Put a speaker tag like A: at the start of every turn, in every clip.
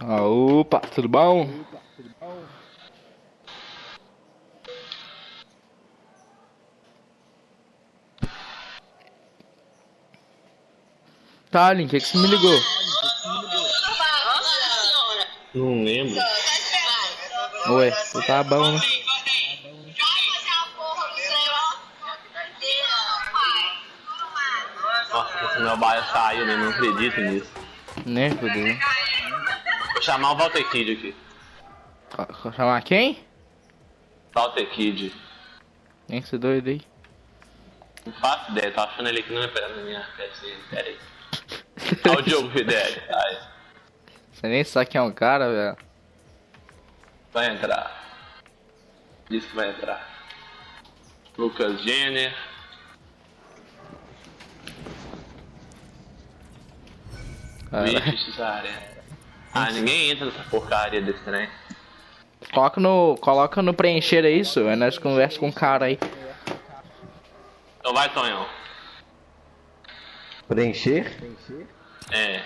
A: Ah, Opa, tudo bom? Tá, Link, é que você me ligou.
B: Nossa senhora.
C: Não lembro.
A: Ué, você tá bom, né?
C: Nossa, que meu bairro saiu, né? Não acredito nisso.
A: Né, fudeu.
C: Vou chamar o Walter Kid aqui.
A: Ca- ca- Chamar quem?
C: Walter Kid.
A: Quem que você é doido aí?
C: Não faço ideia, tô achando ele aqui não é pera na minha pecinha. Pera aí. Olha o Diogo Fidel. Ai,
A: Você nem sabe quem é um cara, velho.
C: vai entrar. Diz que vai entrar. Lucas Jenner.
A: Cara,
C: Vixe, Cesaré. Ah, ninguém entra nessa porcaria desse trem.
A: Coloca no, coloca no preencher aí, isso. Aí nós conversa com o cara aí.
C: Então vai, Tonhão.
D: Preencher?
C: É.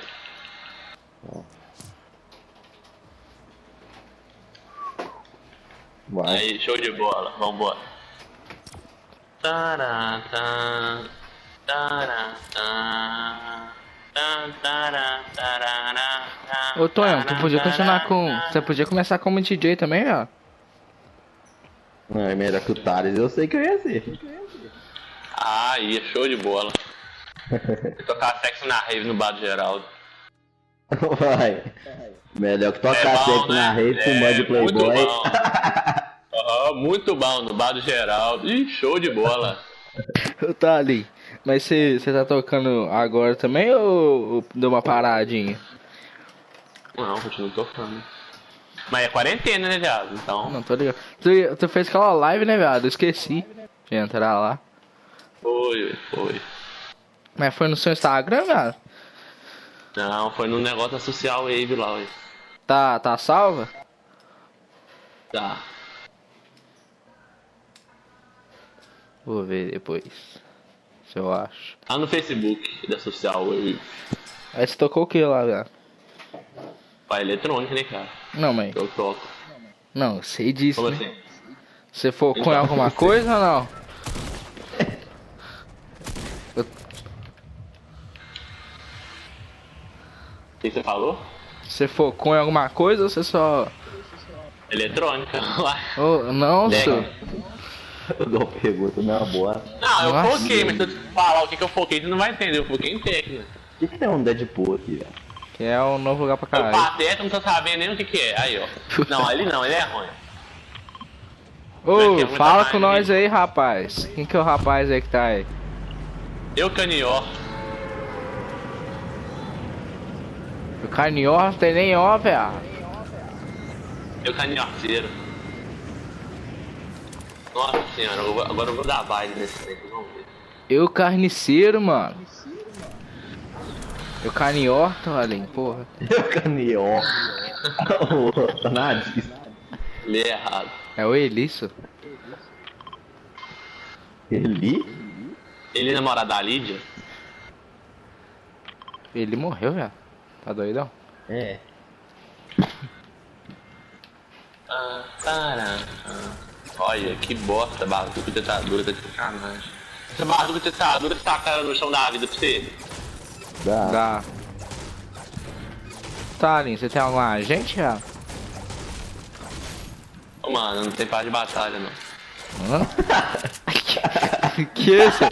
D: Vai.
C: Aí, show de bola, vambora. Taratã, taratã, tan, tá, tará, tarará, tá,
A: Ô, Tonhão, tu
C: tará,
A: podia
C: tará,
A: continuar com...
C: tá.
A: Você podia começar como DJ também, ó.
D: Não, é melhor que o Thales, eu sei que eu ia ser.
C: Ah, ia, show de bola. Eu tocar sexo na rave no bar do Geraldo.
D: Vai. Melhor que tocar
C: bom,
D: sexo
C: né?
D: na rede com
C: É,
D: mãe de Playboy.
C: Muito bom. Aham, muito bom, no bar do Geraldo. Ih, show de bola.
A: Tá ali. Mas você você tá tocando agora também ou ou deu uma paradinha?
C: Não, continuo tocando. Mas é quarentena, né, viado? Então.
A: Não, tô ligado. Tu, tu fez aquela live, né, viado? Eu esqueci de entrar lá.
C: Foi, foi.
A: Mas foi no seu Instagram, viado?
C: Não, foi no negócio da social wave lá, ué.
A: Tá, tá salva?
C: Tá.
A: Vou ver depois. Se eu acho.
C: Lá Tá no Facebook da social wave.
A: Aí você tocou o que lá, viado?
C: Pra eletrônica, né, cara?
A: Não, mãe.
C: Eu toco.
A: Não, eu sei disso,
C: Como
A: né?
C: assim?
A: Você focou em alguma coisa ou não?
C: O que você falou?
A: Você focou em alguma coisa ou você só...
C: Eletrônica. Uai.
A: Oh, não,
C: Nega.
A: senhor.
D: Eu dou uma pergunta, na boa.
C: Não, eu
A: Nossa.
C: foquei, mas se eu te falar o que, que eu foquei, você não vai entender. Eu foquei em técnica.
D: O que, que tem um Deadpool aqui, velho?
A: Que é um novo lugar pra
C: O
A: caralho.
C: pateta não tá sabendo nem o que, que é. Aí, ó. Não, ali não, ele é ruim.
A: Ô,
C: Daqui a é muita
A: fala
C: raiva,
A: com nós
C: hein?
A: aí, rapaz. Quem que é o rapaz aí que tá aí?
C: Eu canió.
A: O Canior não tem nem ó, velho.
C: Eu canhoteiro. Nossa senhora, eu vou- agora eu vou dar baile nesse trem, vamos ver.
A: Eu carniceiro, mano. Eu Canior, Tolim, porra.
D: Eu canió. Tá na disso.
C: Lê errado.
A: É o Elisso?
D: Ele?
C: Ele é namorado da Lídia?
A: Ele morreu, velho. Tá doidão?
D: É.
C: Ah, caramba. Olha, que bosta, barulho de ditadura tá de sacanagem. Essa barulho de ditadura que tá a cara no chão da vida pra você.
D: Dá.
A: Dá. Talin, você tem alguma agente, velho?
C: Ô, mano, não tem paz de batalha, não.
A: Hã? que isso?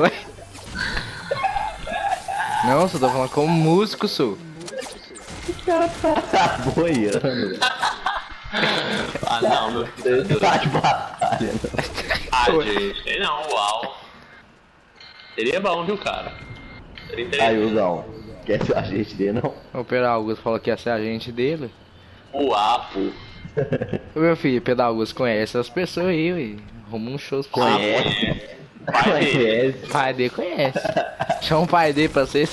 A: Ué? Não, só tô falando como músico, su.
D: Tá boiando. velho.
C: Ah, não, meu filho.
D: Tá de batalha.
C: Ah,
A: Ué.
C: gente, sei não, uau. Seria bom, viu, cara? Seria
D: Aí,
C: interessante.
D: Uzão. Quer ser o agente dele, não?
A: O Pedro Augusto falou que ia ser agente dele.
C: Uau, pô.
A: Ô, Meu filho, Pedro Augusto conhece as pessoas aí, ui. Arruma um show pra você.
D: Conhece.
C: Ah, É. Vai ver.
D: Conhece.
A: Pai dele conhece. Chama o pai dele pra ser.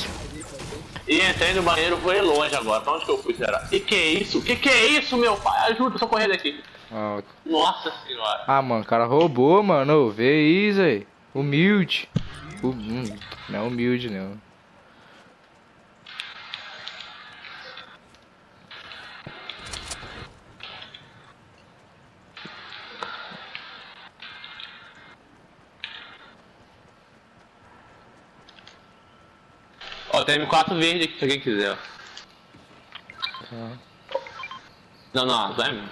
C: E entrei no banheiro, foi longe agora. Pra onde que eu fui, será? E que é isso? Que que é isso, meu pai? Ajuda, só correr daqui.
A: Ó,
C: Nossa senhora.
A: Ah, mano, o cara roubou, mano. Ô, Vê isso aí. Humilde. Hu- hum, Não é humilde, não.
C: tem M4 verde aqui pra quem quiser, ó. Não, não, vai mesmo.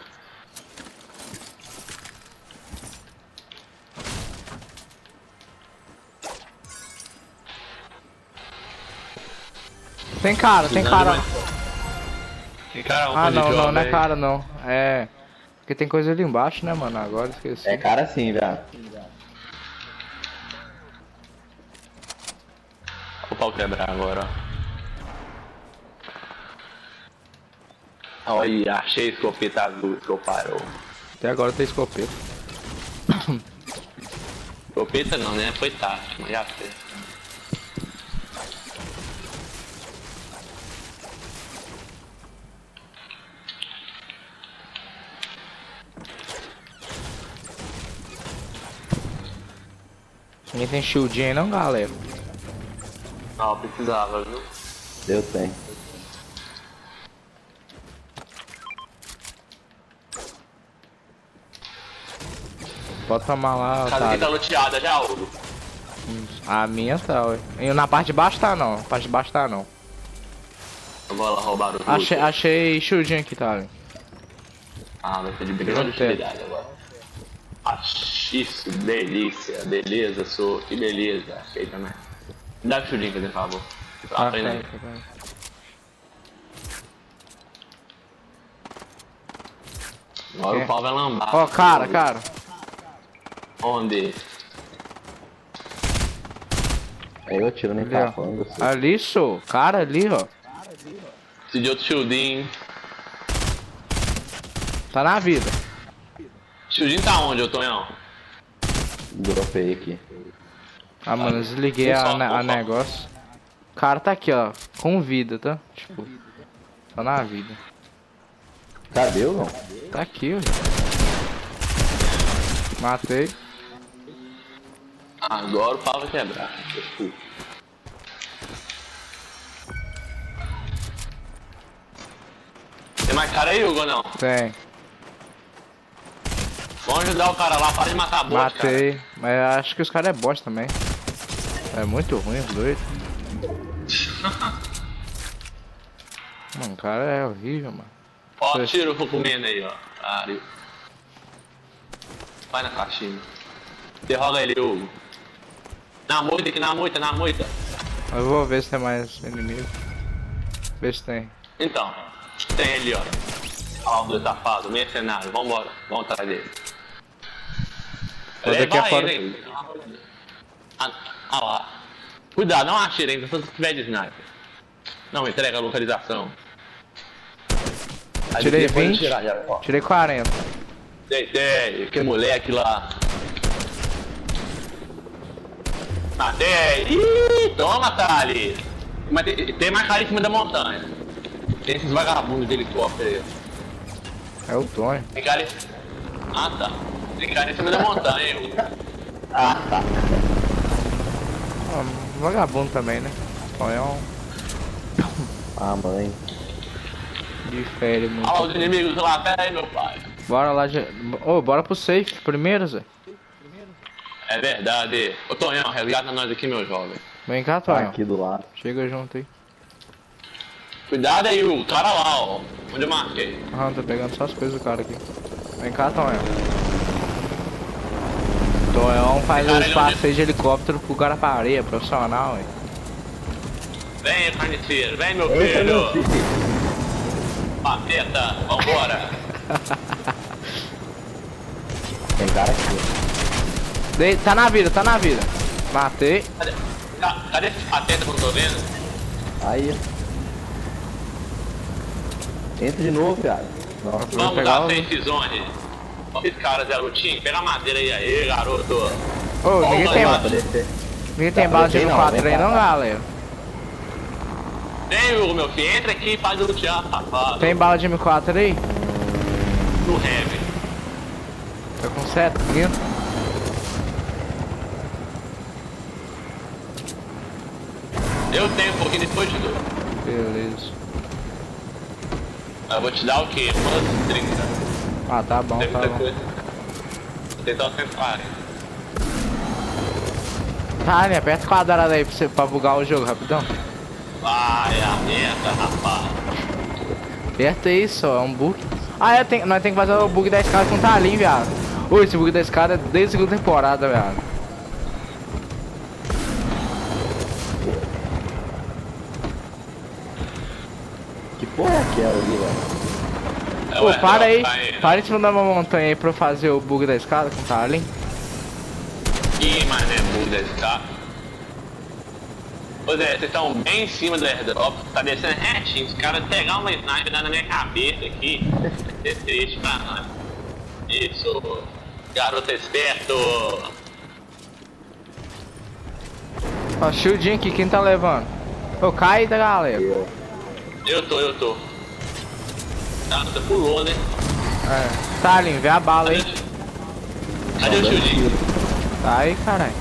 A: Tem cara, tem cara.
C: Tem cara, um
A: Ah, não,
C: policial,
A: não, não é
C: velho.
A: cara não. É. Porque tem coisa ali embaixo, né, mano? Agora esqueci.
D: É cara assim, velho.
C: O pau quebrar agora, ó. Olha, achei a escopeta azul, escoparou.
A: Até agora tem escopeta.
C: Escopeta não, né? Foi tático, mas já sei.
A: Ninguém tem shieldinho aí não, galera.
C: Não, precisava, viu?
D: Eu tenho.
A: Pode tomar lá,
C: Casa aqui tá
A: otário.
C: loteada já, Ouro.
A: A minha tá, ué. E na parte de baixo tá não. Na parte de baixo tá não.
C: Eu vou lá roubar o
A: Achei, achei shieldinho aqui, tá? ué.
C: Ah, vai ser de brilhante utilidade agora. Ah, isso, delícia, beleza, sou, que beleza, achei também. Me Dá pro link, por favor.
A: Ah,
C: Ah, foi, né?
A: tá, tá, tá.
C: Agora
A: É.
C: o pau vai lambar.
A: Ó, cara, cara.
C: Onde?
D: Aí eu tiro nem
A: Ali, ó.
D: tá falando. você.
A: Ali, sou. Cara ali, ó.
C: Se de outro shieldinho.
A: Tá na vida.
C: Shieldinho tá onde, ô Tonhão?
D: Dropei aqui.
A: Ah, mano, desliguei
C: Um
A: a,
C: só,
A: ne-
C: um
A: a
C: só.
A: negócio. O cara tá aqui, ó. Com vida, tá? Tipo. Tá na vida.
D: Cadê o não?
A: Tá aqui, ó. Matei.
C: Agora o pau vai quebrar. Tem mais cara aí, Hugo, não?
A: Tem.
C: Vamos ajudar o cara lá, para de matar a bot, cara.
A: Matei. Mas acho que os caras é bosta também. É muito ruim os dois. mano, o cara é horrível, mano.
C: Ó, tira o comendo aí, ó. Ário. Vai na caixinha. Derroga ele, Hugo. Na moita aqui, na moita, na moita.
A: Eu vou ver se tem mais inimigo. Ver se tem.
C: Então, tem ele, ó. Ó, o dois safado, mercenário. Vambora, vamos atrás dele.
A: Vou daqui a fora.
C: ele, hein? Ah, ah lá. Cuidado, não atira ainda, se você tiver de sniper. Não entrega a localização. Aí
A: Tirei
C: depois eu
A: 20.
C: tirar já, ó.
A: Tirei 40.
C: Deitei, que moleque lá. Matei! Tá, Ih, toma, Thali! Mas tem, tem mais cara em cima da montanha. Tem esses vagabundos de helicóptero aí.
A: É o Tony.
C: Tem cara em... Ah, tá. Tem cara em cima da montanha, hein?
A: Ah, vagabundo também, né? Tony é um
D: Ah, mãe.
A: de férias muito.
C: Olha os inimigos lá, pera aí, meu pai.
A: Bora lá, já. Ô, bora pro safe primeiro, Zé.
C: É verdade. Ô, Tonhão, resgata nós aqui, meu jovem.
A: Vem cá, Tony.
D: Tá aqui do lado.
A: Chega junto aí.
C: Cuidado aí, o cara lá, ó. Onde eu marquei.
A: Ah, tô pegando só as coisas do cara aqui. Vem cá, Tonhão. Tonhão faz
C: Cara, ele
A: os
C: não
A: passeios de helicóptero pro cara pra areia, profissional, hein?
C: Vem, carniceiro, vem, meu
D: é
C: filho. Pateta, vambora.
D: Tem cara aqui.
A: Dei- Tá na vida, tá na vida. Matei.
C: Cadê, ca- cadê esse pateta que eu não tô vendo?
D: Aí. Entra de novo, cara. Nossa.
A: Vou
C: Vamos
A: pegar
C: dar
A: o-
C: sem zone. Ó, Esse cara, Zé Lutinho, pega a madeira aí, aí, garoto.
A: Ô, ninguém tem,
C: Vamos lá.
A: ninguém tem
D: Tá,
A: bala de
D: vem não,
A: M4 aí
D: vem
A: não,
D: pra cá.
A: galera.
C: Vem, Hugo, meu filho, entra aqui e faz o lutear, safado.
A: Tem bala de M4 aí?
C: No heavy.
A: Tá com 70.
C: Eu tenho um pouquinho depois de dois.
A: Beleza.
C: Eu vou te dar o quê? Umas 30.
A: Ah, tá bom,
C: Tem
A: tá
C: muita
A: bom.
C: coisa. Vou tentar o 140.
A: Tá, né? Aperta quadrado aí pra, você, pra bugar o jogo rapidão.
C: Vai a merda, rapaz.
A: Aperta aí só, é um bug. Ah, é, tem, nós temos que fazer o bug da escada com o Talim, viado. Ô, esse bug da escada é desde a segunda temporada, viado.
D: Que porra é aquela ali, velho?
C: É,
A: Pô,
C: ué,
A: para
C: não,
A: aí,
C: tá né?
A: para em cima da uma montanha aí pra eu fazer o bug da escada com o Talim.
C: Ih, mas é burro deve estar. Ô Zé, vocês estão bem em cima do airdrop, tá descendo retinho. Os caras pegar uma sniper dar na minha cabeça aqui. É triste pra nós. Isso, garoto esperto.
A: Ó, shieldinho aqui, quem tá levando? Ô, cai da galera.
D: Eu.
C: Eu tô, eu tô. Tá, você pulou, né?
A: É. Talim, vê a bala aí.
C: Cadê o shieldinho?
A: Tá aí, caralho.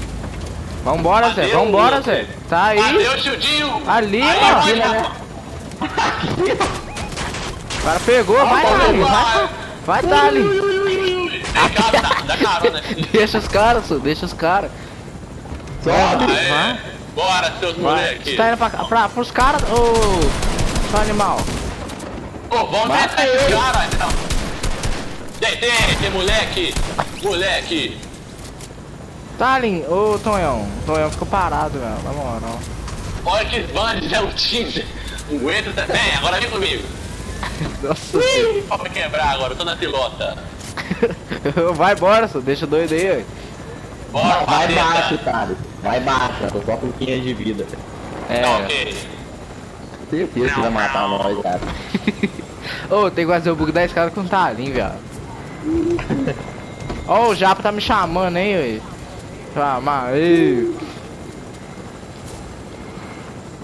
A: Vambora, Zé,
C: Cadê
A: vambora,
C: o-
A: Zé. Tá
C: Cadê
A: aí.
C: o shieldinho?
A: Ali,
C: Aí,
A: ó.
C: olha,
A: Aqui, né?
C: rapaz.
A: O cara pegou, vai,
C: vamos
A: Talim, né? vai.
C: lá.
A: Vai, Talim.
C: Vem cá, dá, dá carona aqui.
A: Deixa os caras, senhor, deixa os caras.
D: Sobe!
C: Aê. Bora, seus
A: Vai.
C: moleques.
A: Você tá indo pra, cá- pra, pros caras, ô. Seu animal.
C: Pô, vamos
D: Mata
C: nessa aí,
D: ele.
C: cara. então. Tem, tem, tem, moleque. Moleque.
A: Talim, ô, Tonhão. Tonhão ficou parado, velho, na moral.
C: Olha que bandos é o Tinder. Não aguento também. Agora vem comigo.
A: Nossa senhora.
C: Pode quebrar agora. Eu tô na pilota.
A: Vai embora, só deixa doido aí, ué.
C: Bora,
D: Vai
C: pateta.
D: baixo, cara. Vai baixo. Eu tô só com 500 de vida.
A: É.
C: Tá, ok.
D: Certeza que vai matar nós, cara.
A: Ô, tem que fazer o bug da escada com o Talim, viado. Ó, o Japa tá me chamando, hein, ué. Chamar, ei.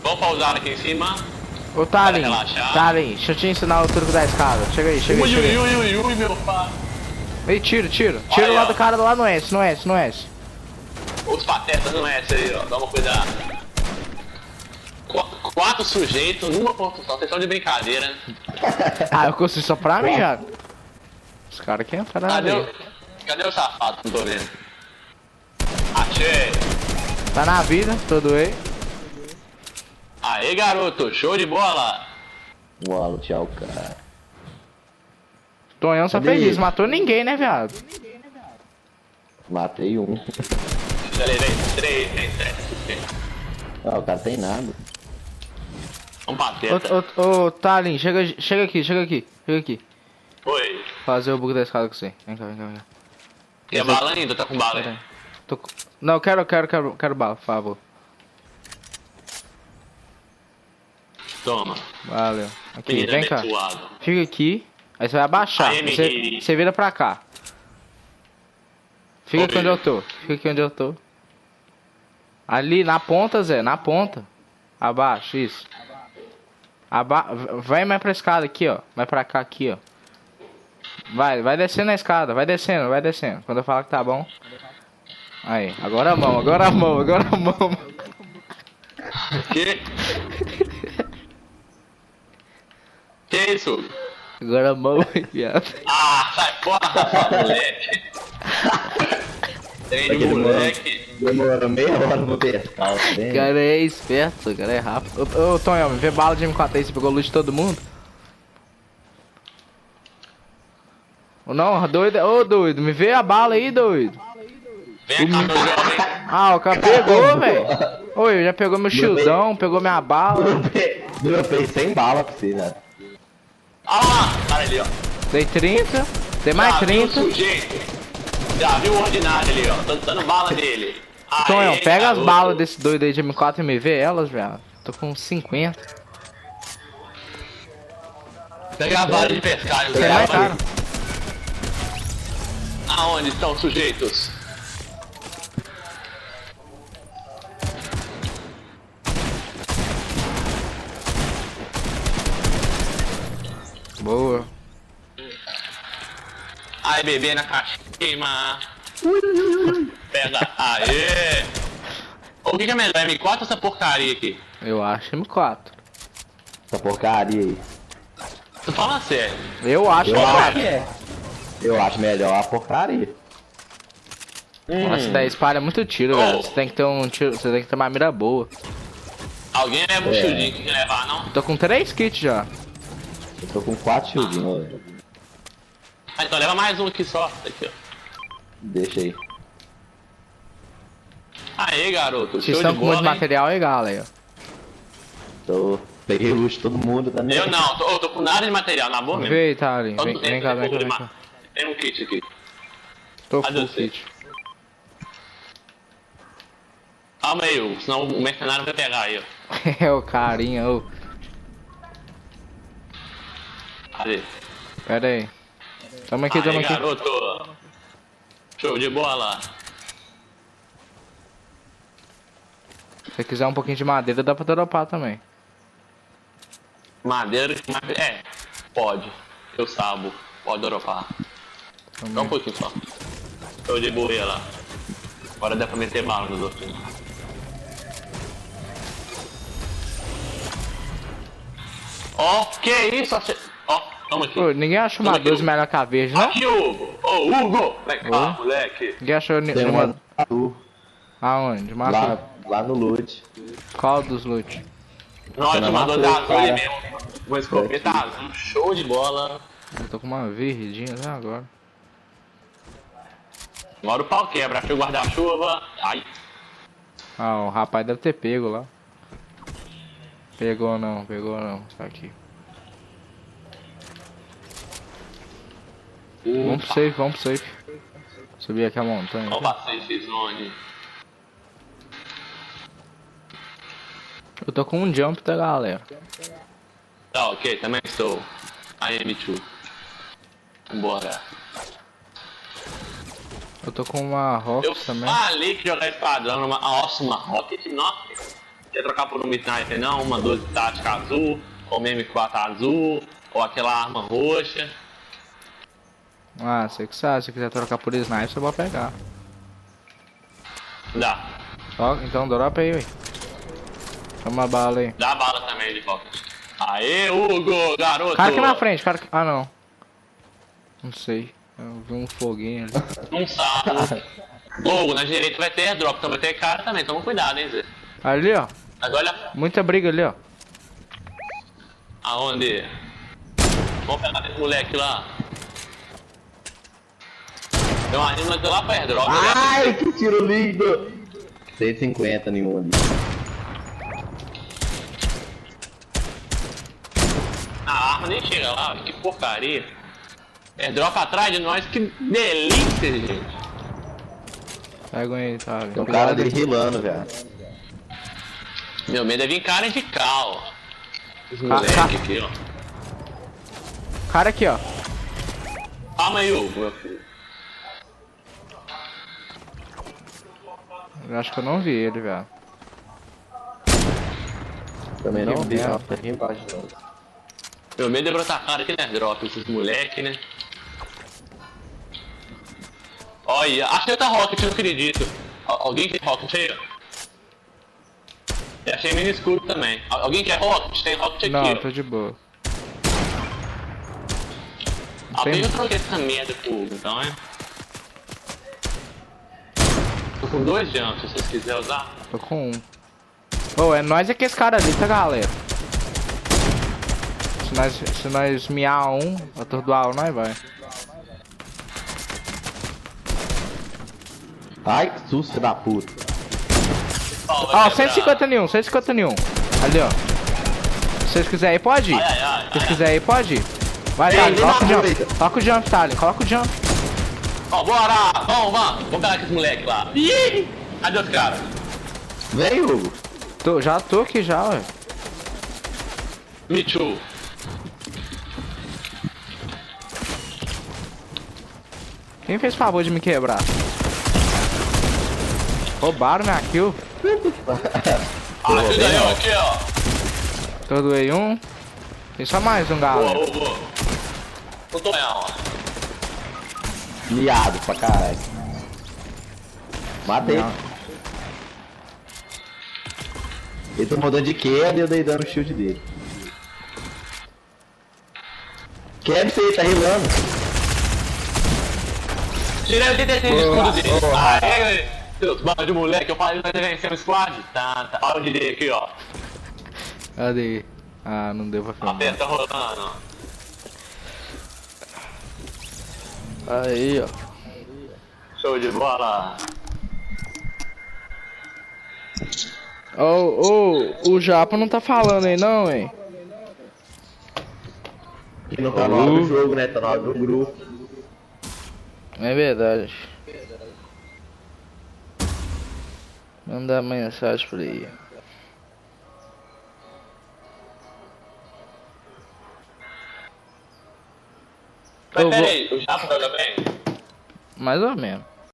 C: Vamos pausar aqui em cima.
A: Ô, Talim,
C: Vai relaxar.
A: Talim, deixa eu te ensinar o truque da escada. Chega aí, chega aí.
C: Ui,
A: Chega
C: ui,
A: aí.
C: ui, ui, ui, meu pai.
A: Ei, tiro, tiro. Tiro
C: Olha.
A: lá do é cara lá no S, no S, no S.
C: Os patetas não é essa aí, ó. Dá uma cuidado. Qu- Quatro sujeitos numa construção. Vocês estão de brincadeira, né?
A: Ah, eu consegui só pra mim, viado. Os caras que entraram
C: Cadê
A: ali.
C: o, cadê o safado? Não tô vendo. Achei!
A: Tá na vida, todo aí.
C: Aê, garoto! Show de bola!
D: Uau, tchau, cara.
A: Tonhão só
D: Cadê
A: fez isso,
D: ele?
A: matou ninguém, né, viado?
D: Matei um.
C: Já levei três, tem sete, tem.
D: Ah, o cara tem nada.
C: Um
A: Ô,
C: pateta.
A: ô, ô, Talin, chega, chega aqui, chega aqui, chega aqui.
C: Oi.
A: Fazer o bug da escada com você. Vem cá, vem cá, vem cá.
C: Tem bala ainda? Tá com bala
A: Pera aí.
C: ainda.
A: Tô... com- Não, eu quero, eu quero, quero, quero bala, por favor.
C: Toma.
A: Valeu. Aqui,
C: Menino
A: vem cá.
C: abençoado.
A: Fica aqui. Aí você vai abaixar.
C: Aí,
A: Você,
C: menino.
A: você vira pra cá. Fica aqui
C: Ouvi.
A: onde eu tô. Fica aqui onde eu tô. Ali, na ponta, Zé. Na ponta. Abaixo, isso. Aba... v- Vai mais pra escada aqui, ó. Vai pra cá aqui, ó. Vai, vai descendo a escada. Vai descendo, vai descendo. Quando eu falar que tá bom. Aí, agora a mão, agora a mão, agora a mão.
C: Que? que isso?
A: Agora a mão, viado.
C: Ah, sai fora, safado, moleque. Trem de
D: Aquele
C: moleque.
D: Demorou meia hora pra pescar. o trem.
A: O cara é esperto, o cara é rápido. Ô, ô Tonhão, vê bala de M4 aí, você pegou luz de todo mundo? Ô, Não, doido, ô doido, me vê a bala aí, doido.
C: Vem cá, meu jovem.
A: Ah, o cara pegou, velho. Oi, já pegou meu shieldão, pegou minha bala.
D: Dropei- Dropei sem bala pra você, né?
C: Ah lá! Cara ali, ó.
A: Dei 30, tem mais
C: Já viu o
A: 30.
C: sujeito. Já viu o ordinário ali, ó. Tô dando bala nele. Aê,
A: Tonhão, pega as
C: garoto.
A: balas desse doido aí de M4 e me vê elas, velho. Tô com 50.
C: Pega a vara de pescar.
A: Tem
C: pega a
A: é mais
C: vara-
A: cara.
C: Aonde estão os sujeitos?
A: Boa.
C: Ai, bebê na caixinha. Pega. Aê! O que que é melhor? M4 ou essa porcaria aqui?
A: Eu acho M4.
D: Essa porcaria aí.
C: Tu fala sério.
A: Eu acho
D: Eu
A: M4.
D: acho que é. Eu acho melhor a porcaria. Hum.
A: Nossa, daí espalha muito tiro,
C: Oh.
A: velho. Você tem que ter um tiro, você tem que ter uma mira boa.
C: Alguém leva um shieldinho que levar, não?
A: Tô com três kits já.
D: Eu tô com quatro shieldinhos, velho.
C: Ah, Então leva mais um aqui só. Aqui, ó.
D: Deixa aí.
C: Aê, garoto.
A: Vocês
C: show de
A: estão com muito
C: bola, hein?
A: material legal aí, ó.
D: Tô... Peguei luz de todo mundo tá também.
C: Eu não, tô, eu tô com nada de material, na boa mesmo.
A: Vem, Thalin.
C: Então,
A: Vem,
C: entra,
A: vem cá,
C: entra
A: vem cá,
C: pro
A: vem cá.
C: Grimar. Tem um kit aqui.
A: Tô
C: Cadê
A: full
C: você?
A: kit.
C: Calma aí, Hugo, senão o mercenário vai pegar aí, ó.
A: É o carinha, ô.
C: Cadê?
A: Pera aí. Tamo aqui, tamo
C: Aí,
A: aqui.
C: garoto. Show de bola.
A: Se você quiser um pouquinho de madeira, dá pra dropar também.
C: Madeira que mais... É, pode. Eu sabo. Pode dropar. Só um
A: Também.
C: pouquinho só. Show de boia lá. Agora dá pra meter bala nos outros. Ó, que isso? achei- Ó, toma aqui.
A: Pô, ninguém acha uma
C: Toma aqui,
A: 12
C: Hugo.
A: melhor que a verde, não?
C: Aqui, Hugo. Ô, Hugo. Vem cá, moleque.
A: Ninguém achou ni-
D: Tem
A: nenhuma...
D: uma azul
A: Aonde? Mata.
D: lá, lá no loot.
A: Qual dos loot?
C: Nós,
D: Tá
C: uma
D: na
C: dose azul aí
D: cara.
C: mesmo. Vou esconder, tá azul. Show de bola.
A: Eu tô com uma verdinha até agora.
C: Agora o pau quebra. Achei o guarda-chuva. Ai.
A: Ah, o rapaz deve ter pego lá. Pegou não, pegou não. Tá aqui. Vamos pro safe, vamos pro safe. Subir aqui a montanha.
C: Ó, passei esse zone.
A: Eu tô com um jump da galera.
C: Tá, ok. Também estou. I am too. Bora.
A: Eu tô com uma
C: Eu
A: Rox também.
C: falei que jogar esquadrão numa nossa, uma rocket, nossa. Quer trocar por uma sniper não, uma 12 tática azul, ou uma M4 azul, ou aquela arma roxa.
A: Ah, você que sabe, se quiser trocar por sniper, você pode pegar.
C: Dá,
A: Ó, então dropa aí, ué. Toma a bala aí.
C: dá bala também de volta. Aê, Hugo, garoto!
A: Cara aqui na frente, cara aqui... Ah, não. Não sei. Eu vi um foguinho ali.
C: Não sabe. Um Hugo, na direita vai ter airdrop, então vai ter cara também, toma cuidado, hein, Zé.
A: Ali, ó.
C: Mas olha
A: Muita briga ali, ó.
C: aonde. Vamos pegar esse moleque lá. Tem uma rima lá pra airdrop. né?
D: Ai, que tiro lindo! 150 nenhum um ali.
C: A arma nem chega lá, que porcaria. É dropa atrás de nós, que delícia, gente.
A: Pega um aí, tá?
D: Tem um cara derrilando, velho.
C: Meu medo é vir cara de cal. Os
A: Ca-
C: moleque
A: ca-
C: aqui, ó.
A: Cara aqui, ó.
C: Calma aí, Hugo, meu filho.
A: Eu acho que eu não vi ele, velho.
D: Também
A: Não,
D: não vi,
A: velho.
D: não. Tá aqui embaixo, não.
C: Meu medo é brotar cara aqui na drop, esses moleque, né? Olha, achei outra rocket, eu não acredito. Al- alguém tem rocket aí, ó. Eu achei meio escuro também. Al- alguém quer rocket? Tem rocket aqui,
A: Não,
C: ó.
A: eu tô de boa.
C: Ah,
A: Tem-
C: bem que eu troquei essa merda pro Hugo, então é. Tô com dois jumps, se vocês quiserem usar.
A: Tô com um. Ô, é nós aqui esse cara ali, tá, galera? Se nós, se nós miar um, atordoar um, nós vai.
D: Ai, que susto filho da puta.
C: Ó, vai
A: Ó,
C: quebrar.
A: 150 nenhum, 150 nenhum. um. Ali, ó. Se vocês quiserem ir, pode ir.
C: Ai, ai, ai,
A: Se vocês
C: ai,
A: quiserem ir, pode ir. Vai,
D: Ei,
A: Thalin,
D: vem
A: coloca o
D: na
A: jump.
D: direita.
A: Coloca o jump, Thalin, coloca o jump.
C: Ó, bora! Vamos, vamos! Vamos pegar aqueles moleques lá. Ih! Cadê os caras?
D: Vem, Hugo.
A: Tô, já tô aqui já, ué.
C: Me too.
A: Quem fez favor de me quebrar? Roubaram minha kill.
C: Ah, Ajuda eu aqui, ó.
A: Tordoei um. Tem só mais um,
C: Boa,
A: galera.
C: boa, boa. Não tô bem, ó.
D: Miado pra caralho. Matei.
A: Não.
D: Ele tomou dano de queda e eu dei dano no shield dele. Quebra isso aí, tá rilando.
C: Tirei 86 de escudo
D: Boa,
C: dele.
D: boa.
C: Aê, seus bando de moleque, eu falei que nós ia vencer o squad. Tá, tá. Olha o DD aqui, ó.
E: Cadê? Ah, não deu pra
C: A
E: filmar.
C: pedra tá rolando.
A: Aí, ó.
C: Show de bola.
A: Ô, ô, o Japa não tá falando aí não, hein?
D: E não tá na hora do jogo, né? Tá na hora do grupo.
A: É verdade. Mandar mensagem pra ele.
C: Mas
A: Eu vou-
C: peraí, o Japa joga bem?
A: Mais ou menos.